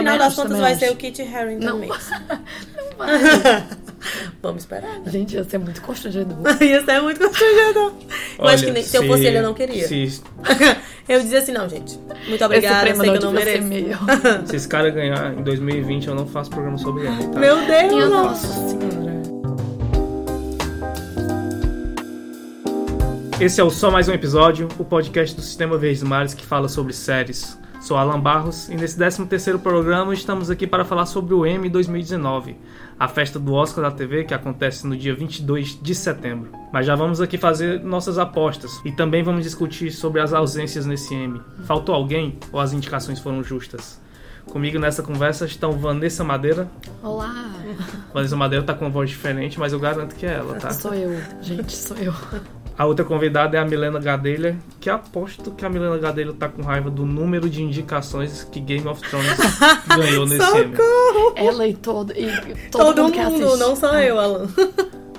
final acho, das contas também vai acho. ser o Kit Harington Não. mesmo. Vamos esperar. né? Gente, ia ser muito constrangedor. Isso é muito constrangedor. Eu acho que nem- se, eu fosse ele, eu não queria. Se, Eu dizia assim, não, gente. Muito obrigada, Esse prêmio sei que eu não devia ser mereço. meu. se esse cara ganhar em 2020, eu não faço programa sobre ele, tá? Meu Deus! Minha nossa senhora. Esse é o Só Mais Um Episódio, o podcast do Sistema Verdes Mares que fala sobre séries. Sou Alan Barros e nesse 13º programa estamos aqui para falar sobre o M 2019, a festa do Oscar da TV que acontece no dia 22 de setembro. Mas já vamos aqui fazer nossas apostas e também vamos discutir sobre as ausências nesse M. Faltou alguém ou as indicações foram justas? Comigo nessa conversa estão Vanessa Madeira. Olá, Vanessa Madeira tá com uma voz diferente, mas eu garanto que é ela, tá? sou eu. Gente, sou eu. A outra convidada é a Milena Gadelha, que aposto que a Milena Gadelha tá com raiva do número de indicações que Game of Thrones ganhou nesse M. Ela e todo, e todo, Todo, mundo, que mundo, assiste. não só eu, Alan.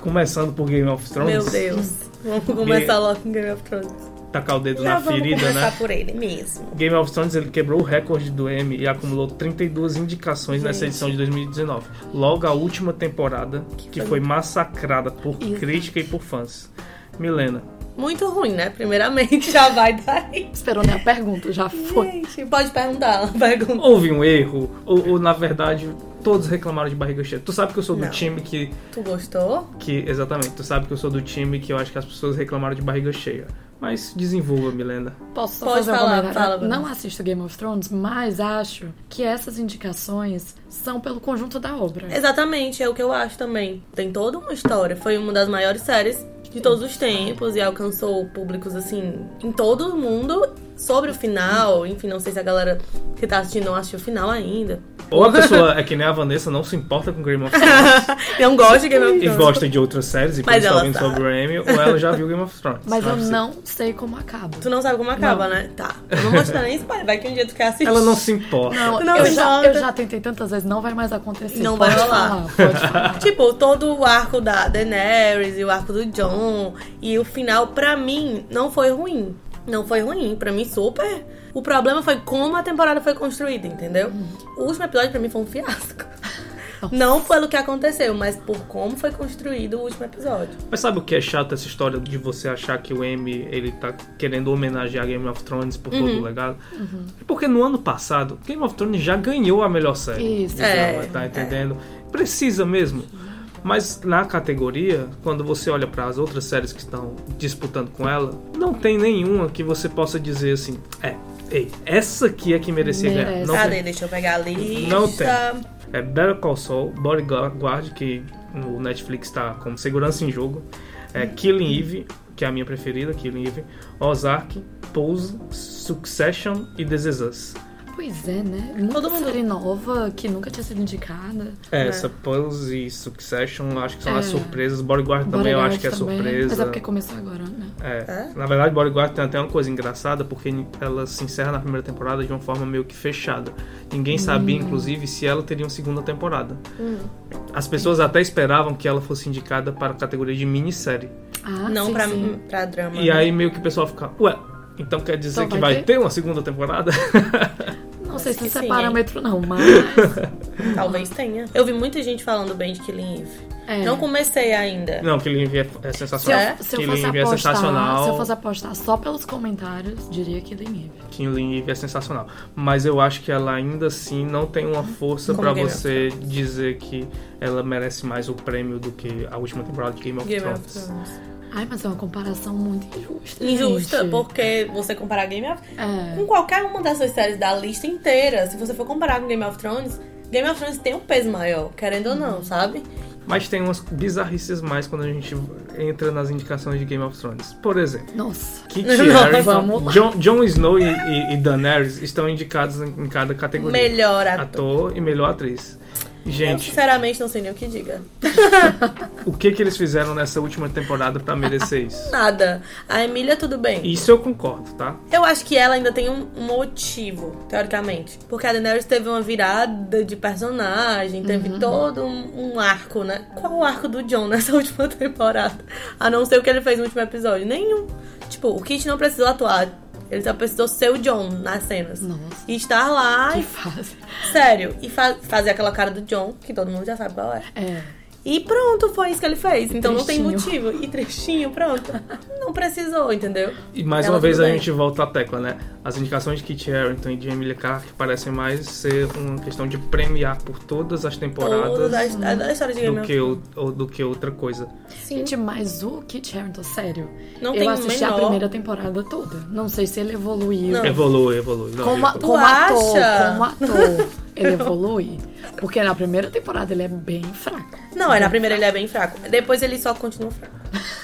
Começando por Game of Thrones. Meu Deus. Vamos começar logo com Game of Thrones. Tacar o dedo Já na vamos ferida, começar né? por ele mesmo. Game of Thrones ele quebrou o recorde do M e acumulou 32 indicações nessa Gente. edição de 2019. Logo a última temporada, que foi massacrada por Exato. crítica e por fãs. Milena, Muito ruim, né? Primeiramente, já vai daí. Esperou nem a pergunta, já foi. Gente, pode perguntar, Alan. Pergunta. houve um erro? Ou, ou, na verdade todos reclamaram de barriga cheia? Tu sabe que eu sou do Não. time que Tu gostou? Que, exatamente, tu sabe que eu sou do time que eu acho que as pessoas reclamaram de barriga cheia. Mas desenvolva, Milena. Posso só Pode fazer falar, um comentário? fala, Bruna. não assisto Game of Thrones, mas acho que essas indicações são pelo conjunto da obra. Exatamente, é o que eu acho também. Tem toda uma história. Foi uma das maiores séries de todos os tempos e alcançou públicos assim em todo o mundo. Sobre o final, enfim, não sei se a galera que tá assistindo não assistiu o final ainda. Ou a pessoa é que nem a Vanessa, não se importa com Game of Thrones Não gosto de Game of e Thrones. gosta de outras séries e Mas pensa ela alguém sabe. sobre o Emmy, ou ela já viu Game of Thrones. Mas eu é não sei como acaba. Tu não sabe como acaba, né? Tá. Eu não vou te dar nem spoiler, vai que um dia tu quer assistir. possível. Ela não se importa. Não, Não eu, me já, importa. eu já tentei tantas vezes, não vai mais acontecer. Não pode vai rolar. falar, pode falar. Tipo, todo o arco da Daenerys e o arco do Jon e o final, pra mim, não foi ruim. Não foi ruim, pra mim super. O problema foi como a temporada foi construída, entendeu? O último episódio pra mim foi um fiasco. Não pelo que aconteceu, mas por como foi construído o último episódio. Mas sabe o que é chato essa história de você achar que o Emmy ele tá querendo homenagear Game of Thrones por todo o legado? É Porque no ano passado, Game of Thrones já ganhou a melhor série. Isso. É, tá entendendo? Precisa mesmo. Mas na categoria, quando você olha para as outras séries que estão disputando com ela, não tem nenhuma que você possa dizer assim, é, ei, essa aqui é que merecia ganhar. Merece. Não Cadê? tem. Deixa eu pegar a lista. Não tem. É Better Call Saul, Bodyguard, que no Netflix tá como Segurança em Jogo, é Killing Eve, que é a minha preferida, Killing Eve, Ozark, Pose, Succession e This Is Us. Pois é, né? Muita Todo mundo- série nova que nunca tinha sido indicada. É, essa Pose e Succession acho que são as É. surpresas. Bodyguard também eu Bodyguard acho que é também. surpresa. Mas é porque começou agora, né? É. Na verdade, Bodyguard tem até uma coisa engraçada, porque ela se encerra na primeira temporada de uma forma meio que fechada. Ninguém sabia, inclusive, se ela teria uma segunda temporada. As pessoas até esperavam que ela fosse indicada para a categoria de minissérie. Ah, Não sim, pra, sim. pra drama. E né? aí meio que o pessoal fica, ué, então quer dizer Então que vai vai ter uma segunda temporada? Não sei se que isso é sim, parâmetro, não, mas. Talvez tenha. Eu vi muita gente falando bem de Killing Eve. É. Não comecei ainda. Não, Killing Eve é- é Se eu, sensacional. se eu Killing fosse Eve é apostar, sensacional. se eu fosse apostar só pelos comentários, diria que Killing Eve. Killing Eve é sensacional. Mas eu acho que ela ainda assim não tem uma força Como pra Game of você dizer que ela merece mais o prêmio do que a última temporada de Game of Game Thrones. of Thrones. Ai, mas é uma comparação muito injusta. Injusta, gente. porque você comparar Game of É. com qualquer uma dessas séries da lista inteira, se você for comparar com Game of Thrones, Game of Thrones tem um peso maior, querendo ou não, sabe? Mas tem umas bizarrices mais quando a gente entra nas indicações de Game of Thrones. Por exemplo, Nossa. Kit Não, Harington, vamos. Jon Jon Snow e, e, e Daenerys estão indicados em em cada categoria. Melhor ator. ator e melhor atriz. Eu Gente, sinceramente não sei nem o que diga. o que que eles fizeram nessa última temporada pra merecer isso? Nada. A Emília, tudo bem. Isso eu concordo, tá? Eu acho que ela ainda tem um motivo, teoricamente. Porque a Daenerys teve uma virada de personagem, teve Uhum. todo um, um arco, né? Qual o arco do John nessa última temporada? A não ser o que ele fez no último episódio. Nenhum. Tipo, o Kit não precisou atuar Ele só precisou ser o John nas cenas. Nossa. E estar lá, Que e- fase. sério, e fa- fazer aquela cara do John, que todo mundo já sabe qual é. É. E pronto, foi isso que ele fez. Então não tem Tristinho. motivo. E tristinho, pronto. Não precisou, entendeu? E mais Ela uma vez tudo a bem. gente volta à tecla, né? As indicações de Kit Harington e de Emily Clark parecem mais ser uma questão de premiar por todas as temporadas Toda a, his- a- a história de Game do, of que o- ou do que outra coisa. Sim. Gente, mas o Kit Harington, sério. Não eu tem o assisti a menor- primeira temporada toda. Não sei se ele evoluiu. Não. Evolui, evolui. Não, Como, a- evolui. como ator, acha? como ator, ele evolui. Porque na primeira temporada ele é bem fraco. Não, é na primeira ele é bem fraco. Depois ele só continua fraco.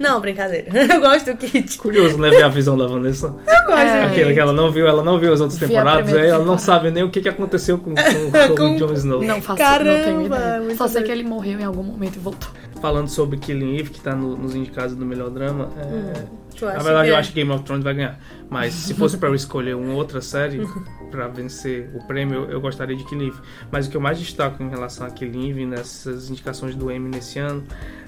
Não, brincadeira. Eu gosto do Kit. Curioso, né? Ver a visão da Vanessa. Eu gosto É. do Kit. Aquela que ela não viu, ela não viu as outras Vi a temporadas, primeira aí ela não temporada. sabe nem o que, que aconteceu com, com, com Com- o Jon Snow. Não faço, não Caramba, é tenho ideia. muito Só sei doido. que ele morreu em algum momento e voltou. Falando sobre Killing Eve, que tá no- nos indicados do melhor drama, é, Tu na acha verdade que eu é? acho que Game of Thrones vai ganhar. Mas se fosse pra eu escolher uma outra série pra vencer o prêmio, eu, eu gostaria de Killing Eve. Mas o que eu mais destaco em relação a Killing Eve nessas indicações do Emmy nesse ano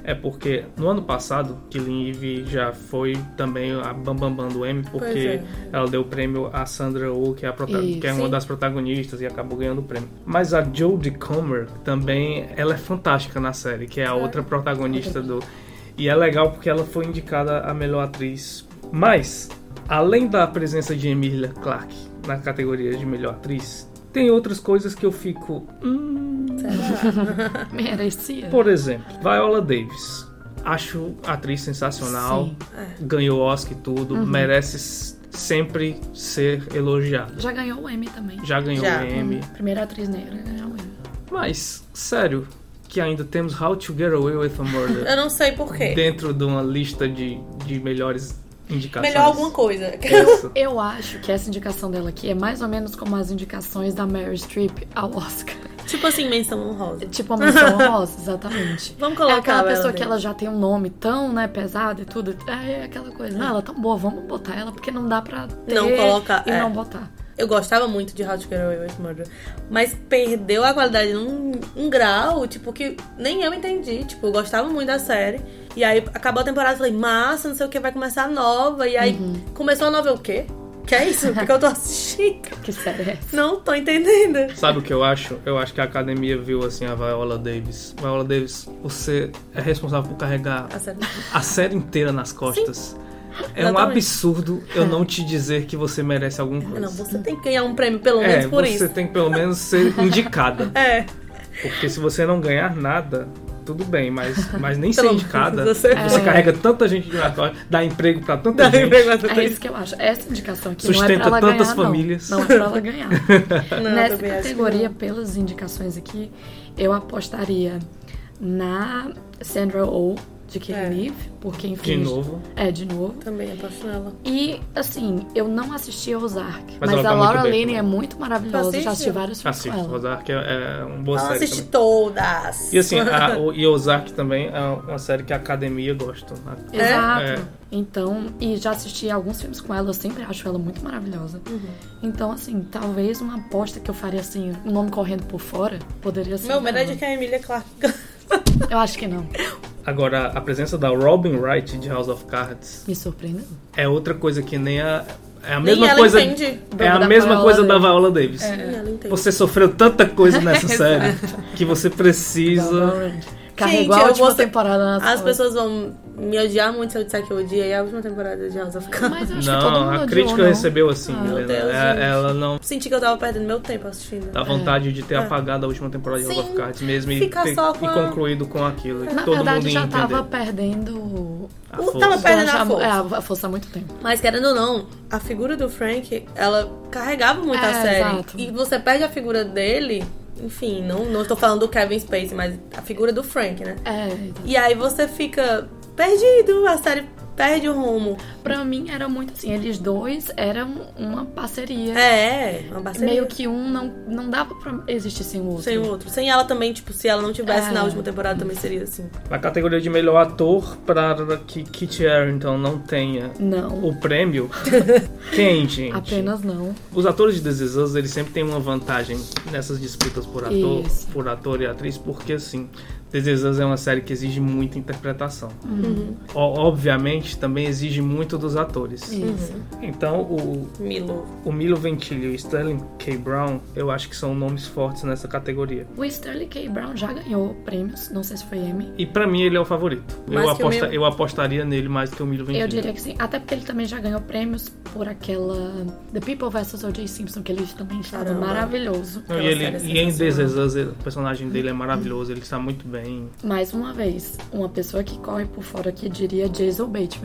é porque no ano passado Killing Eve já foi também a bambambam do Emmy, Pois porque é. ela deu o prêmio a Sandra Oh, que é, a prota- Isso. que é uma Sim. das protagonistas e acabou ganhando o prêmio. Mas a Jodie Comer também, ela é fantástica na série, que é Ah, a outra protagonista do... E é legal porque ela foi indicada a melhor atriz. Mas, além da presença de Emilia Clarke na categoria de melhor atriz, tem outras coisas que eu fico... "Hum, é. Merecia. por exemplo, Viola Davis. Acho a atriz sensacional. Sim. Uhum. Ganhou Oscar e tudo. Merece s- sempre ser elogiada. Já ganhou o Emmy também. Hum, Já ganhou Já. o Emmy. Primeira atriz negra a ganhar o Emmy. Mas, sério, que ainda temos How to Get Away with a Murder Eu não sei porquê. dentro de uma lista de, de melhores indicações. Melhor alguma coisa. Essa. Eu acho que essa indicação dela aqui é mais ou menos como as indicações da Mary Streep ao Oscar. tipo assim, menção honrosa. Tipo a menção honrosa, exatamente. Vamos É colocar aquela ela pessoa que dentro. ela já tem um nome tão, né, pesado e tudo. É aquela coisa. Não, ela é tão boa, vamos botar ela, porque não dá pra ter Não colocar, e é. não botar. Eu gostava muito de How to Get Away with Murder, mas perdeu a qualidade num um grau, tipo, que nem eu entendi. Tipo, eu gostava muito da série. E aí acabou a temporada, eu falei, massa, não sei o que, vai começar a nova. E aí Uhum. começou a nova, eu, o quê? Que é isso? O que que eu tô assistindo? Que série é essa? Não tô entendendo. Sabe o que eu acho? Eu acho que a academia viu assim a Viola Davis. Viola Davis, você é responsável por carregar A série. é a série inteira nas costas. É um Exatamente. É. absurdo eu não te dizer que você merece alguma coisa. Não, você tem que ganhar um prêmio, pelo é, menos por você isso. tem que pelo menos ser indicada. É, Porque se você não ganhar nada, tudo bem, mas, mas nem ser Pelo menos indicada, você, você- É. carrega tanta gente de oratório, dá emprego pra tanta Dá gente. emprego pra tanta É isso que eu acho. Essa indicação aqui Sustenta não é pra ela tantas ganhar, famílias. Não. não é pra ela ganhar. Não, Nessa também acho que categoria, pelas indicações aqui, eu apostaria na Sandra Oh de É. Killing Eve, porque De enfim... novo. É, de novo. também aposto nela. E, assim, eu não assisti Ozark, Mas mas, ela tá a muito Laura bem Linney também. é muito maravilhosa. Assiste? Já assisti vários filmes Assista, com ela. Ozark é, é um boa Ela série Ah, assiste também. todas. E assim, a, o, e Ozark também é uma série que a academia gosta. né? Exato. É. Então, e já assisti alguns filmes com ela, eu sempre acho ela muito maravilhosa. Uhum. Então, assim, talvez uma aposta que eu faria assim, o nome correndo por fora, poderia ser. Meu medo é dela. de que a Emília Clark Eu acho que não. Agora, a presença da Robin Wright de House of Cards Me surpreendeu. é outra coisa que nem a. É a Nem mesma ela coisa. entende. É a Da mesma Viola coisa da Davis. Viola Davis. Nem ela entende. É. Você sofreu tanta coisa nessa série que você precisa. Carregou Gente, a eu última vou ser- temporada nas As costas. pessoas vão me odiar muito se eu disser que eu odiei a última temporada é de House of Cards. Mas eu Então, acho que todo Não, mundo a odiou, crítica não. Ah. recebeu assim, Helena. Deus, É- gente. ela não Senti que eu tava perdendo meu tempo assistindo. É. dá vontade de ter É. apagado a última temporada de Sim, House of Cards mesmo e, fica ter- só e com a- concluído com aquilo. E Na todo mundo verdade, ia já entender. tava perdendo. A Eu força. Uh, tava Tá Perdendo a já- força. é, a força há muito tempo. Mas querendo ou não, a figura do Frank, ela carregava muito a É, série. exato. E você perde a figura dele, enfim, não, não tô falando do Kevin Spacey, mas a figura do Frank, né? É, E aí você fica perdido, a série perde o rumo. pra mim era muito assim, eles dois eram uma parceria. É, uma parceria. Meio que um não, não dava pra existir sem o outro. Sem o outro. Sem ela também, tipo, se ela não tivesse É. na última temporada também seria assim. Na categoria de melhor ator, para que Kit Harington não tenha Não, o prêmio, quem, gente? apenas não. Os atores de This Is Us, eles sempre têm uma vantagem nessas disputas por ator, Isso. por ator e atriz, porque assim, This Is Us é uma série que exige muita interpretação. Uhum. O- obviamente, também exige muito dos atores. Uhum. Isso. Então, o, Milo. o Milo Ventilio e Sterling K. Brown, eu acho que são nomes fortes nessa categoria. O Sterling K. Brown já ganhou prêmios, não sei se foi Emmy. E pra mim, ele é o favorito. Mais Eu, que o aposta- Milo? eu apostaria nele mais do que o Milo Ventilio. Eu diria que sim. Até porque ele também já ganhou prêmios por aquela The People vs. O.J. Simpson, que ele também estava Caramba. maravilhoso. Não, e, Aquela ele, série e em This Is sensacional. Us, ele- o personagem dele é maravilhoso, ele está muito bem. Mais uma vez, uma pessoa que corre por fora que diria Jason Bateman.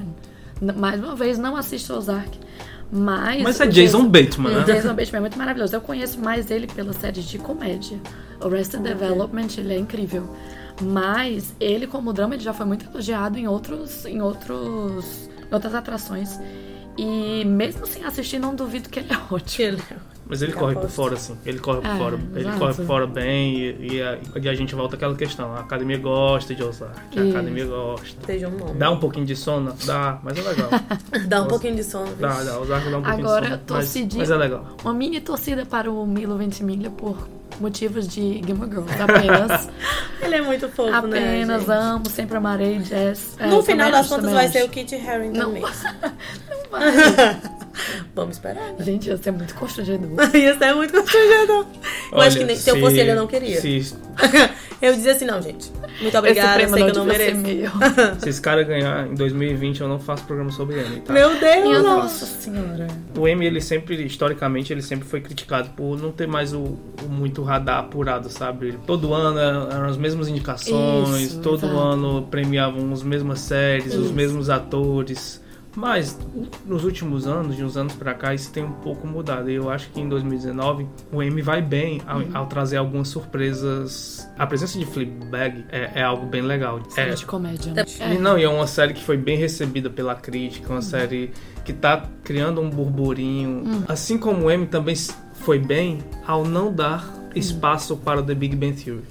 N- Mais uma vez, não assisto Ozark, mas... Mas é o Jason Bateman, O né? Jason Bateman é muito maravilhoso. Eu conheço mais ele pela série de comédia. O Arrested Development, ele é incrível. Mas ele, como drama, ele já foi muito elogiado em outros... Em outros... Em outras atrações. E mesmo sem assistir, não duvido que ele é ótimo. né? Mas ele Eu corre por aposto. Ah, fora, sim. Ele corre por É, fora. Ele exato. corre por fora bem e, e a, e a gente volta àquela questão. A academia gosta de Ozark, a Isso. academia gosta. Seja um nome. Dá um pouquinho de sono? Dá, mas é legal. Dá um pouquinho de sono. dá, dá. Ozark dá um pouquinho Agora de sono. eu tô mas, cedindo. mas é legal. Uma mini torcida para o Milo Ventimiglia por motivos de Gilmore Girls. Apenas... Ele é muito fofo, né? Apenas gente? amo, sempre amarei Jess. É, No eu final também das acho, contas também vai acho. ser o Kit Harington Não. mesmo. Vamos esperar. Gente, ia ser muito constrangedor. Isso é muito constrangedor. Eu acho que nem, se, eu fosse ele, eu não queria. Se, Eu dizia assim, não, gente. Muito obrigada, eu Esse prêmio sei que eu não devia ser mereço. É. meu. se esse cara ganhar em 2020, eu não faço programa sobre ele, tá? Meu Deus, Minha nossa. nossa senhora. O Emmy, ele sempre, historicamente, ele sempre foi criticado por não ter mais o, o muito radar apurado, sabe? Ele- Todo ano é- eram as mesmas indicações, Isso, todo exato. ano premiavam as mesmas séries, os Isso. mesmos atores. Mas u- nos últimos anos, de uns anos pra cá, isso tem um pouco mudado. E eu acho que em 2019 o Emmy vai bem ao, Uhum. ao trazer algumas surpresas. A presença de Fleabag é, é algo bem legal. É, Série de comédia. Né? e não, e é Uhum. uma série que foi bem recebida pela crítica, uma série que tá criando um burburinho. Assim como o M também s- foi bem ao não dar espaço para The Big Bang Theory.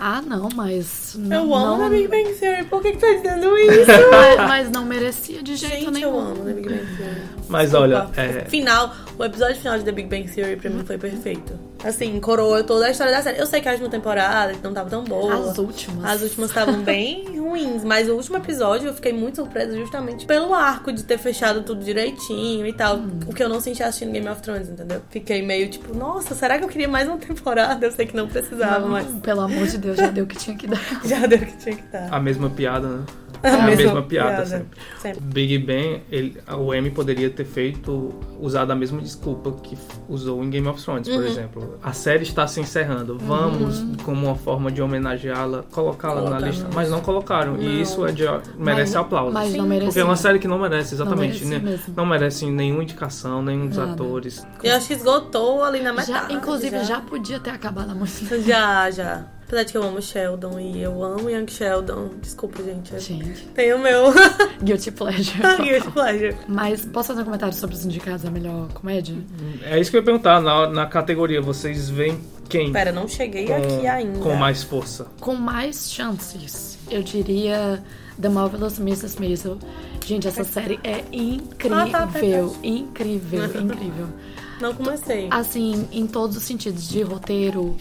Ah, não, mas. Eu não, amo não, The Big Bang Theory. Por que, que tá dizendo isso? mas, mas não merecia de jeito gente, nenhum. eu amo né? The Big Bang Theory. Mas Desculpa. olha, é, Final, o episódio final de The Big Bang Theory pra mim foi perfeito. Assim, coroa toda a história da série. Eu sei que a última temporada não tava tão boa. As últimas. As últimas estavam bem ruins, mas o último episódio eu fiquei muito surpresa justamente pelo arco de ter fechado tudo direitinho e tal. Hum. O que eu não senti assistindo Game of Thrones, entendeu? Fiquei meio tipo, nossa, será que eu queria mais uma temporada? Eu sei que não precisava, Não, mas Pelo amor de Deus, já deu o que tinha que dar. já deu o que tinha que dar. a mesma piada, né? É a mesma piada, sempre. Sempre. Big Bang, ele, o M poderia ter feito, usado a mesma desculpa que f- usou em Game of Thrones, por exemplo. A série está se encerrando, vamos, como uma forma de homenageá-la, colocá-la na Colocar lista. Mas não colocaram, e isso é de, Mas- merece aplausos. Mas não merecia. Porque é uma série que não merece, merece exatamente. né? mesmo. Não merece nenhuma indicação, nenhum dos Nada. atores. Eu acho que esgotou ali na Já- metade. inclusive, já. podia ter acabado a música. Já, já. Apesar de que eu amo Sheldon e eu amo Young Sheldon. Desculpa, gente. eu Gente, Tenho o meu Guilty Pleasure. Guilty Pleasure. Mas posso fazer um comentário sobre os indicados da melhor comédia? É isso que eu ia perguntar, na, na categoria, vocês veem quem Pera, não cheguei aqui ainda. com, com mais força? Com mais chances, eu diria The Marvelous Mrs. Maisel. Gente, essa série é incrível, Ah, tá, verdade. incrível, incrível. Não comecei. Assim, em todos os sentidos, de roteiro,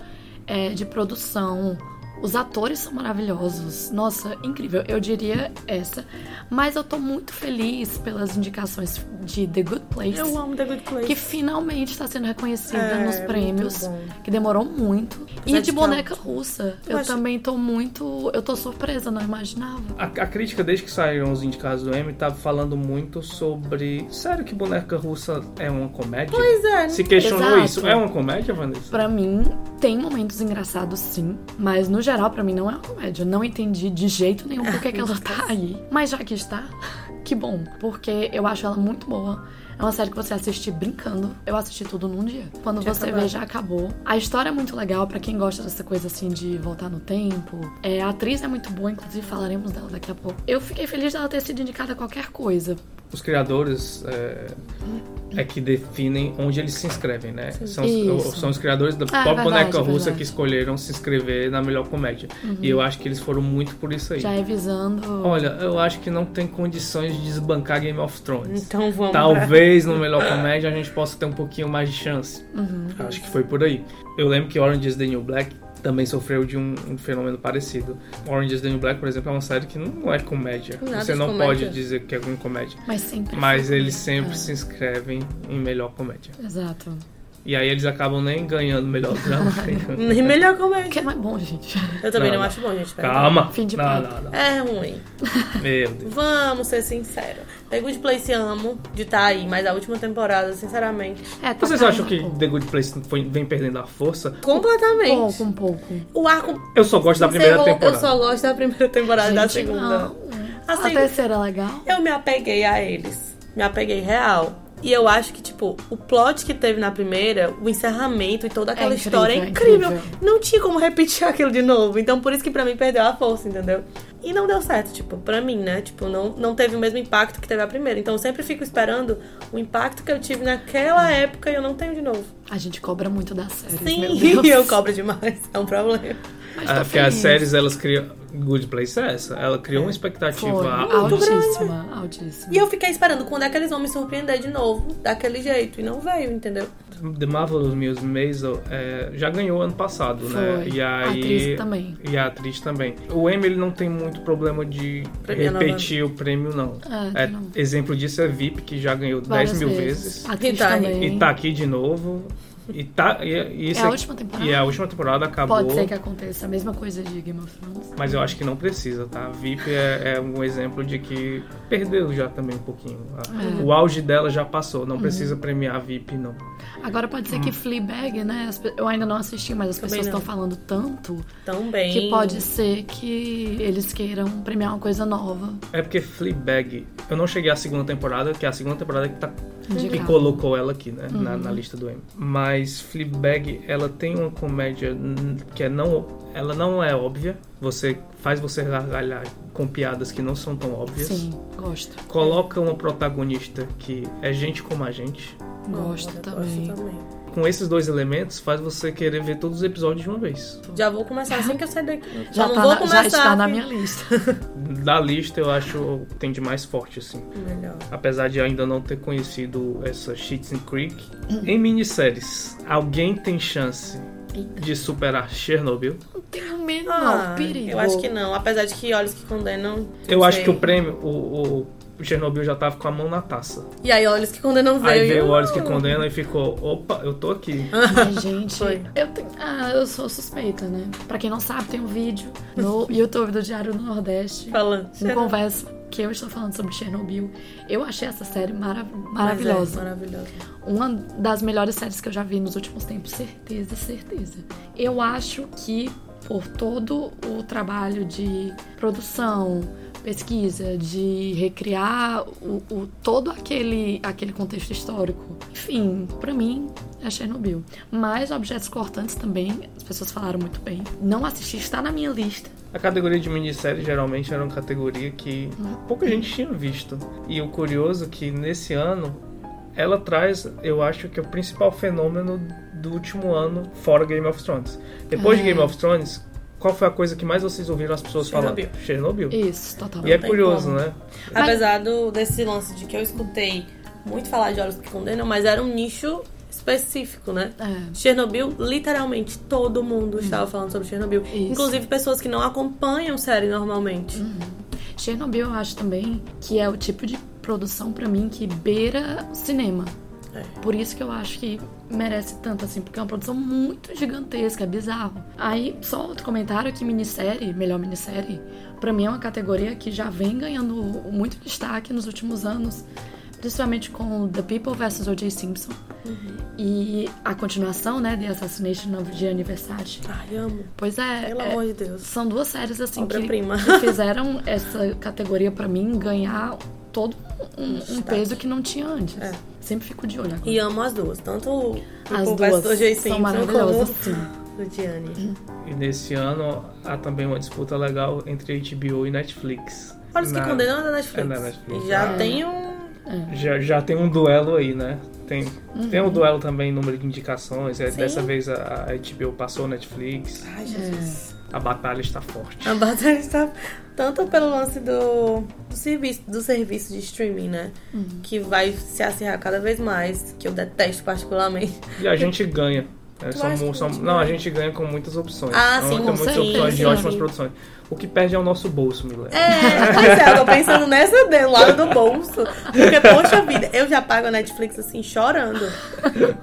é, de produção. Os atores são maravilhosos. Nossa, incrível. Eu diria essa. Mas eu tô muito feliz pelas indicações de The Good Place. Eu amo The Good Place. Que finalmente está sendo reconhecida É, nos muito prêmios. bom. Que demorou muito. Apesar e de de que boneca russa. Eu Eu, acho- também tô muito. Eu tô surpresa, não imaginava. A, a crítica, desde que saíram os indicados do M, tava falando muito sobre. Sério que boneca russa é uma comédia? Pois é, Se né? questionou Exato. isso. É uma comédia, Vanessa? Pra mim, tem momentos engraçados sim. Mas no geral, pra mim, não é uma comédia. Eu não entendi de jeito nenhum por que que ela tá aí. Mas já que está, que bom. Porque eu acho ela muito boa. É uma série que você assiste brincando. Eu assisti tudo num dia. Quando Tinha você acabado. vê, já acabou. A história é muito legal pra quem gosta dessa coisa assim de voltar no tempo. É, a atriz é muito boa, inclusive falaremos dela daqui a pouco. Eu fiquei feliz dela ter sido indicada a qualquer coisa. Os criadores. É... é que definem onde eles se inscrevem, né? São os, Isso. o- são os criadores da Ah, própria verdade, boneca russa verdade. Uhum. que escolheram se inscrever na melhor comédia. E eu acho que eles foram muito por isso aí. Já é visando. Olha, eu acho que não tem condições de desbancar Game of Thrones. Então né? vamos. Talvez no melhor Uhum. comédia a gente possa ter um pouquinho mais de chance. Acho que foi por aí. Eu lembro que Orange is the New Black também sofreu de um, um fenômeno parecido. Orange is the New Black, por exemplo, é uma série que não é comédia. Nada Você de não comédia. pode dizer que é uma comédia. Mas sempre. Mas foi. eles sempre É. se inscrevem em melhor comédia. Exato. E aí eles acabam nem ganhando melhor drama. Nem melhor comédia. Porque não é bom, gente. Eu também Não, não, não. acho bom, gente. peraí. Calma. Fim de não, papo. não, não. É ruim. Meu Deus. Vamos ser sinceros. The Good Place amo de tá aí, mas a última temporada, sinceramente, É, tá Vocês caindo acham que um pouco. The Good Place foi- vem perdendo a força? completamente. pouco, um pouco. O arco Eu só gosto da primeira encerrou, temporada. Eu só gosto da primeira temporada e da Gente, segunda. não. A A segunda- terceira é legal. Eu me apeguei a eles. Me apeguei real. E eu acho que, tipo, o plot que teve na primeira, o encerramento e toda aquela É incrível, história é é incrível. incrível. Não tinha como repetir aquilo de novo. Então, por isso que pra mim perdeu a força, entendeu? E não deu certo, tipo, pra mim, né? Tipo, não, não teve o mesmo impacto que teve a primeira. Então, eu sempre fico esperando o impacto que eu tive naquela época e eu não tenho de novo. A gente cobra muito das séries. meu Sim, Deus. eu cobro demais. É um problema. Mas Ah, tô porque as feliz. séries, elas criam... Good Place é essa. Ela criou uma expectativa Foi. alta. Altíssima, altíssima. E eu fiquei esperando quando é que eles vão me surpreender de novo, daquele jeito. E não veio, entendeu? The Marvelous Miss Maisel é, já ganhou ano passado, né? Foi. E A aí... atriz também. E a atriz também. O Emmy, ele não tem muito problema de Prêmio repetir o prêmio, não. É, É, não. Ah, exemplo disso é VIP, que já ganhou 10 mil vezes. A atriz E tá aí. também. E tá aqui de novo. E tá... E, e isso É a aqui- última temporada? E a última temporada acabou. Pode ser que aconteça a mesma coisa de Game of Thrones. Mas eu acho que não precisa, tá? VIP é, é um exemplo de que perdeu já também um pouquinho. É. A- O auge dela já passou, Uhum. não precisa premiar VIP, não. Agora pode Hum. ser que Fleabag, né? as pe- Eu ainda não assisti, mas as Também pessoas não. estão falando tanto Tão bem. que pode ser que eles queiram premiar uma coisa nova. É porque Fleabag, eu não cheguei à segunda temporada, que é a segunda temporada que, tá, que Indicada. colocou ela aqui, né? Na, na lista do Emmy. Mas Fleabag, ela tem uma comédia hum, que é não, ela não é óbvia. Você faz você gargalhar com piadas que não são tão óbvias. Sim, gosto. Coloca uma protagonista que é gente como a gente. Gosto Olha, também. com esses dois elementos faz você querer ver todos os episódios de uma vez. Já vou começar assim que eu sair daqui. Já, não tá vou na- já começar. está na aqui. minha lista. Da lista eu acho o que tem de mais forte, assim. Melhor. Apesar de ainda não ter conhecido essa Shit's Creek. Em minisséries, alguém tem chance Eita. de superar Chernobyl? Não tenho o menor Ah, perigo. eu acho que não. Apesar de que olhos que condenam. Eu não acho sei. que o prêmio, o, o- o Chernobyl já tava com a mão na taça. E aí, olhos que condenam veio. Aí e veio eu- o Olhos que Condena e ficou, opa, eu tô aqui. Mas, gente, Foi. eu tenho. Ah, eu sou suspeita, né? Pra quem não sabe, tem um vídeo no YouTube do Diário do Nordeste. Falando. Um conversa que eu estou falando sobre Chernobyl. Eu achei essa série marav- Mas é, maravilhosa. maravilhosa. Uma das melhores séries que eu já vi nos últimos tempos, certeza, certeza. Eu acho que por todo o trabalho de produção, pesquisa, de recriar o, o- todo aquele, aquele contexto histórico. Enfim, pra mim é Chernobyl. Mas objetos cortantes também, as pessoas falaram muito bem. Não assisti, está na minha lista. A categoria de minissérie geralmente era uma categoria que pouca gente tinha visto. E o curioso é que nesse ano ela traz, eu acho que é o principal fenômeno do último ano fora Game of Thrones. Depois de Game of Thrones, qual foi a coisa que mais vocês ouviram as pessoas Chernobyl. falando? Chernobyl. Isso, E é totalmente. tem curioso, como. né? Mas- Apesar do, desse lance de que eu escutei muito falar de olhos que condenam, mas era um nicho específico, né? É. Chernobyl, literalmente todo mundo estava falando sobre Chernobyl. Hum. Isso. Hum. Inclusive pessoas que não acompanham série normalmente. Chernobyl eu acho também que é o tipo de produção pra mim que beira o cinema. É. Por isso que eu acho que merece tanto, assim, porque é uma produção muito gigantesca, é bizarro. Aí, só outro comentário é que minissérie, melhor minissérie, pra mim é uma categoria que já vem ganhando muito destaque nos últimos anos, principalmente com The People vs. O.J. Simpson. Uhum. E a continuação, né, The Assassination of Gianni Versace. Ai, amo. Pois é, Pelo é- amor de Deus. são duas séries assim que, Obra-prima. que fizeram essa categoria pra mim ganhar todo um, um peso que não tinha antes. tá. É. Sempre fico de olho agora. E amo as duas. Tanto As o duas do Jay são Simpson maravilhosas, sim. Uhum. como do Gianni. E nesse ano há também uma disputa legal entre HBO e Netflix. Olha os que Na- condenam é da Netflix. É da Netflix. E já Ah. tem um. Já, já tem um duelo aí, né? Tem, tem um duelo também, número de indicações. É, Uhum. Sim. dessa vez a, a HBO passou a Netflix. Ai, Jesus. A batalha está forte. A batalha está. Tanto pelo lance do, do, serviço, do serviço de streaming, né? Uhum. Que vai se acirrar cada vez mais, que eu detesto particularmente. E a gente ganha. É, Tu são acha mu- que são- muito não, a bem? gente ganha com muitas opções. Ah, Então, sim, tem com muitas certeza, opções de sim. ótimas produções. O que perde é o nosso bolso, Milena. É, pois é, eu tô pensando nessa dele, lado do bolso. Porque, poxa vida, eu já pago a Netflix assim, chorando.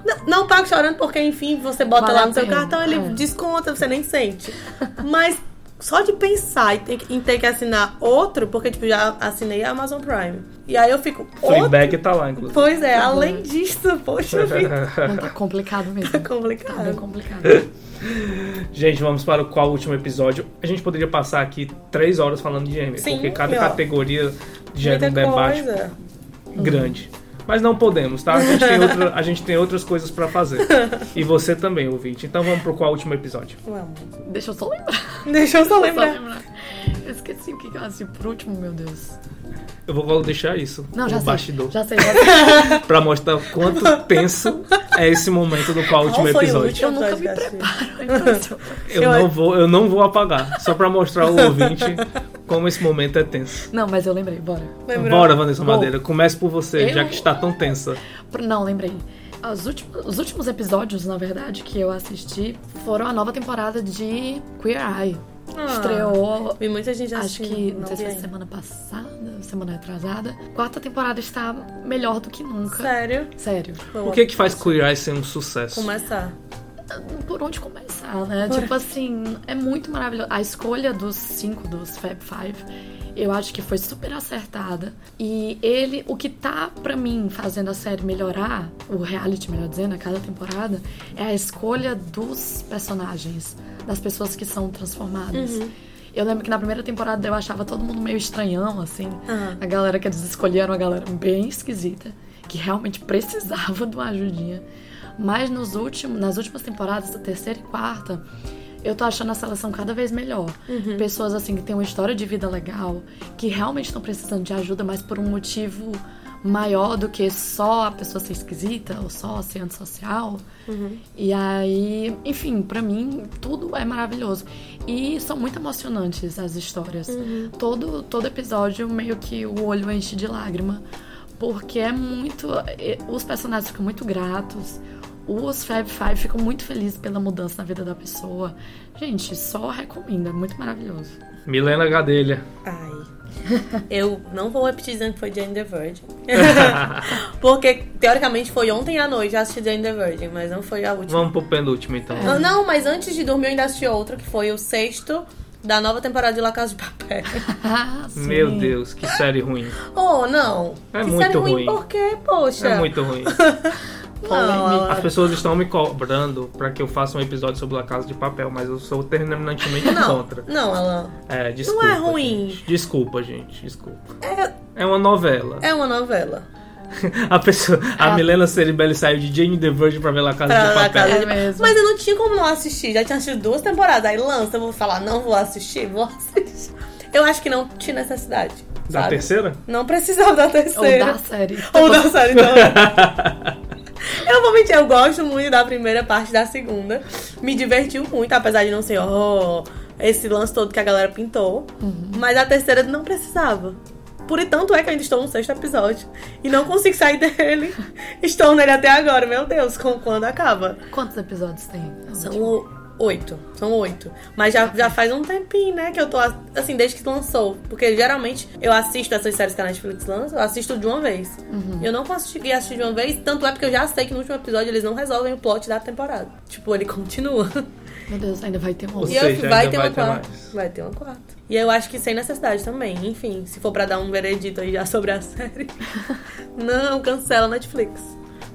Não, não pago chorando porque, enfim, você bota Vale lá a no seu pena, cartão, ele é. desconta, você nem sente. Mas só de pensar em ter, que- em ter que assinar outro, porque, tipo, já assinei a Amazon Prime. E aí eu fico, outro? Fleabag tá lá, inclusive. Pois é, além disso, poxa vida, é Não, tá complicado mesmo. Tá bem complicado. complicado. Gente, vamos para o qual último episódio. A gente poderia passar aqui três horas falando de gênero, Sim, porque cada ó. categoria gera um Muita debate coisa. grande. Mas não podemos, tá? A gente tem, outra- a gente tem outras coisas pra fazer. E você também, ouvinte. Então vamos pro qual último episódio. Vamos. Deixa eu só lembrar. Deixa eu só Só lembrar. lembrar. Eu esqueci o que que eu assisti por último, meu Deus. Eu vou deixar isso Não, no já sei. bastidor. Já sei, já sei. Pra mostrar o quanto tenso é esse momento do qual último foi o episódio. último? Eu nunca me Já sei. preparo. é impressionante. Eu, Eu- não vou, eu não vou apagar. Só pra mostrar ao ouvinte como esse momento é tenso. Não, mas eu lembrei, bora. Lembrou? Bora, Vanessa Bom, Madeira. Comece por você, eu- já que está tão tensa. Por- Não, lembrei. As últimas- os últimos episódios, na verdade, que eu assisti foram a nova temporada de Queer Eye. Ah. Estreou, Vi muita gente acho assistindo. que, Então, assim, não não sei se é vi foi ainda. semana passada, semana atrasada. Quarta temporada está melhor do que nunca. Sério? Sério. Vou O que que faz Queer Eye ser um sucesso? começar. Por onde começar, né? Tipo assim, é muito maravilhoso. A escolha dos cinco, dos Fab Five, eu acho que foi super acertada. E ele, o que tá pra mim fazendo a série melhorar, o reality, melhor dizendo, a cada temporada, é a escolha dos personagens, das pessoas que são transformadas. Eu lembro que na primeira temporada eu achava todo mundo meio estranhão, assim. Aham. A galera que eles escolheram, a galera bem esquisita, que realmente precisava de uma ajudinha. Mas nos últimos, nas últimas temporadas, da terceira e quarta, eu tô achando a seleção cada vez melhor. Pessoas assim que têm uma história de vida legal, que realmente estão precisando de ajuda, mas por um motivo maior do que só a pessoa ser esquisita ou só ser antissocial. E aí, enfim, pra mim tudo é maravilhoso. E são muito emocionantes as histórias. Todo, todo episódio meio que o olho enche de lágrima. Porque é muito. é, Os personagens ficam muito gratos. Os Fab Five ficam muito felizes pela mudança na vida da pessoa. Gente, só recomendo, é muito maravilhoso. é? Milena Gadelha. Ai. Eu não vou repetir dizendo que foi Jane the Virgin. Porque, teoricamente, foi ontem à noite. Já assisti Jane the Virgin, mas não foi a última. Vamos pro penúltimo, então. Não, não, mas antes de dormir eu ainda assisti outro, que foi o sexto da nova temporada de La Casa de Papel. Ah, sim. Meu Deus, que série ruim. Oh, não. É que muito série ruim. ruim. Por quê? Poxa. É muito ruim. não, As pessoas estão me cobrando pra que eu faça um episódio sobre La Casa de Papel, mas eu sou terminantemente não, contra. não, Alan. É, desculpa. é ruim. gente. Desculpa, gente. Desculpa. É, uma novela. É uma novela. A, pessoa, a É. Milena Ceribelli saiu de Jane the Virgin pra ver La Casa Pra de La Papel. Casa É de Papel. mesmo. Mas eu não tinha como não assistir. Já tinha assistido duas temporadas. Aí lança, eu vou falar, não vou assistir, vou assistir. Eu acho que não tinha necessidade. Da sabe? terceira? Não precisava da Ou terceira. da série. Ou da série, então. Eu vou mentir, eu gosto muito da primeira parte da segunda. Me divertiu muito, apesar de não ser oh, esse lance todo que a galera pintou. Mas a terceira não precisava. Por e tanto é que eu ainda estou no sexto episódio. E não consigo sair dele. Estou nele até agora, meu Deus, com quando acaba? Então, Quantos episódios tem? São o- oito. São oito. Mas já, já faz um tempinho, né? Que eu tô. a- Assim, desde que lançou. Porque geralmente eu assisto essas séries que a Netflix lança, eu assisto de uma vez. Eu não consegui assistir de uma vez, tanto é porque eu já sei que no último episódio eles não resolvem o plot da temporada. Tipo, ele continua. Meu Deus, ainda vai ter um Ou e outro. eu, seja, vai ainda ter vai uma ter quarta. mais. Vai ter uma quarta. E eu acho que sem necessidade também. Enfim, se for pra dar um veredito aí já sobre a série. não, cancela a Netflix.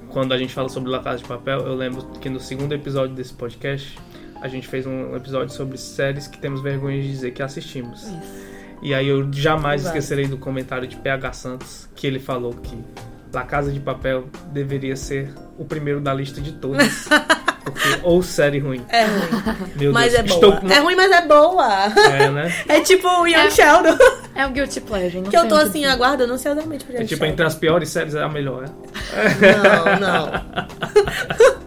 quando a gente fala sobre La Casa de Papel, eu lembro que no segundo episódio desse podcast, a gente fez um episódio sobre séries que temos vergonha de dizer que assistimos. E aí eu jamais Vai. esquecerei do comentário de PH Santos, que ele falou que La Casa de Papel deveria ser o primeiro da lista de todas. porque, ou série ruim. É ruim. Meu mas Deus, é estou boa. com- É ruim, mas é boa. É, né? É tipo o Young É. Sheldon. É o Guilty Pleasure. não Que eu tem tô o assim, dizer. aguardando ansiosamente pra É gente. tipo, entre as piores séries é a melhor. né? Não, não.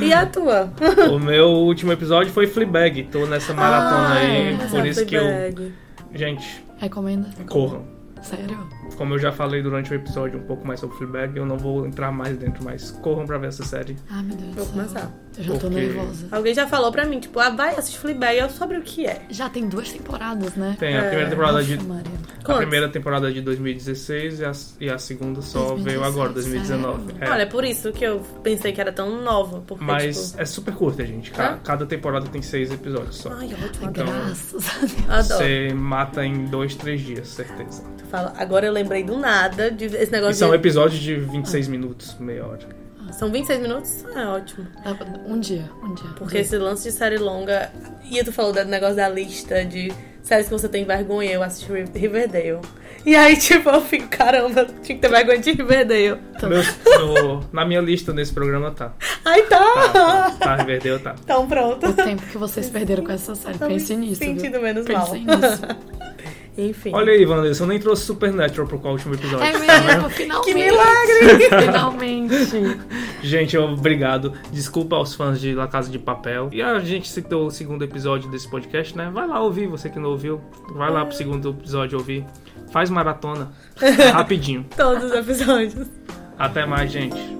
e a tua? O meu último episódio foi Fleabag. Tô nessa maratona Ah, aí, é. por isso que eu... Fleabag. Gente, Recomenda. corram. Sério? Como eu já falei durante o episódio um pouco mais sobre Fleabag, eu não vou entrar mais dentro, mas corram pra ver essa série. Ai, Ah, meu Deus do Vou céu. começar. Eu já tô Porque- nervosa. Alguém já falou pra mim, tipo, ah, vai assistir Fleabag, eu sobre o que é. Já tem duas temporadas, né? Tem a É, primeira temporada Nossa, de Maria. a Conte. primeira temporada de 2016 e a, e a segunda só 2016, veio agora, 2019. sério? É. Olha, é por isso que eu pensei que era tão nova, porque, mas tipo... é super curta, gente. Ca- Hã? Cada temporada tem seis episódios só. tipo, Ai, Ai, ótimo. Então- Graças a Deus. Ah, Adoro. Você mata em dois, três dias, certeza. Tu fala, agora eu lembrei do nada de esse E negócio são de... episódios de 26 minutos, meia hora. São 26 minutos? Ah, é ótimo. Tá, Um dia, um dia. Porque esse lance de série longa... E tu falou do negócio da lista de séries que você tem vergonha, eu assisti Ri- Riverdale. E aí, tipo, eu fico, caramba, tinha que ter vergonha de Riverdale. Meus- no- na minha lista nesse programa tá. Ai, Tá, tá! tá, tá Riverdale tá. Então pronto. O tempo que vocês perderam com essa série. Tô me Pense nisso. viu? sentindo menos mal. Pensem nisso. Enfim. Olha aí, Vanessa, eu nem trouxe Supernatural pro qual último episódio. É mesmo, finalmente. que milagre! Finalmente. Gente, obrigado. Desculpa aos fãs de La Casa de Papel. E a gente citou o segundo episódio desse podcast, né? Vai lá ouvir, você que não ouviu. Vai lá pro segundo episódio ouvir. Faz maratona. Rapidinho. Todos os episódios. Até mais, gente.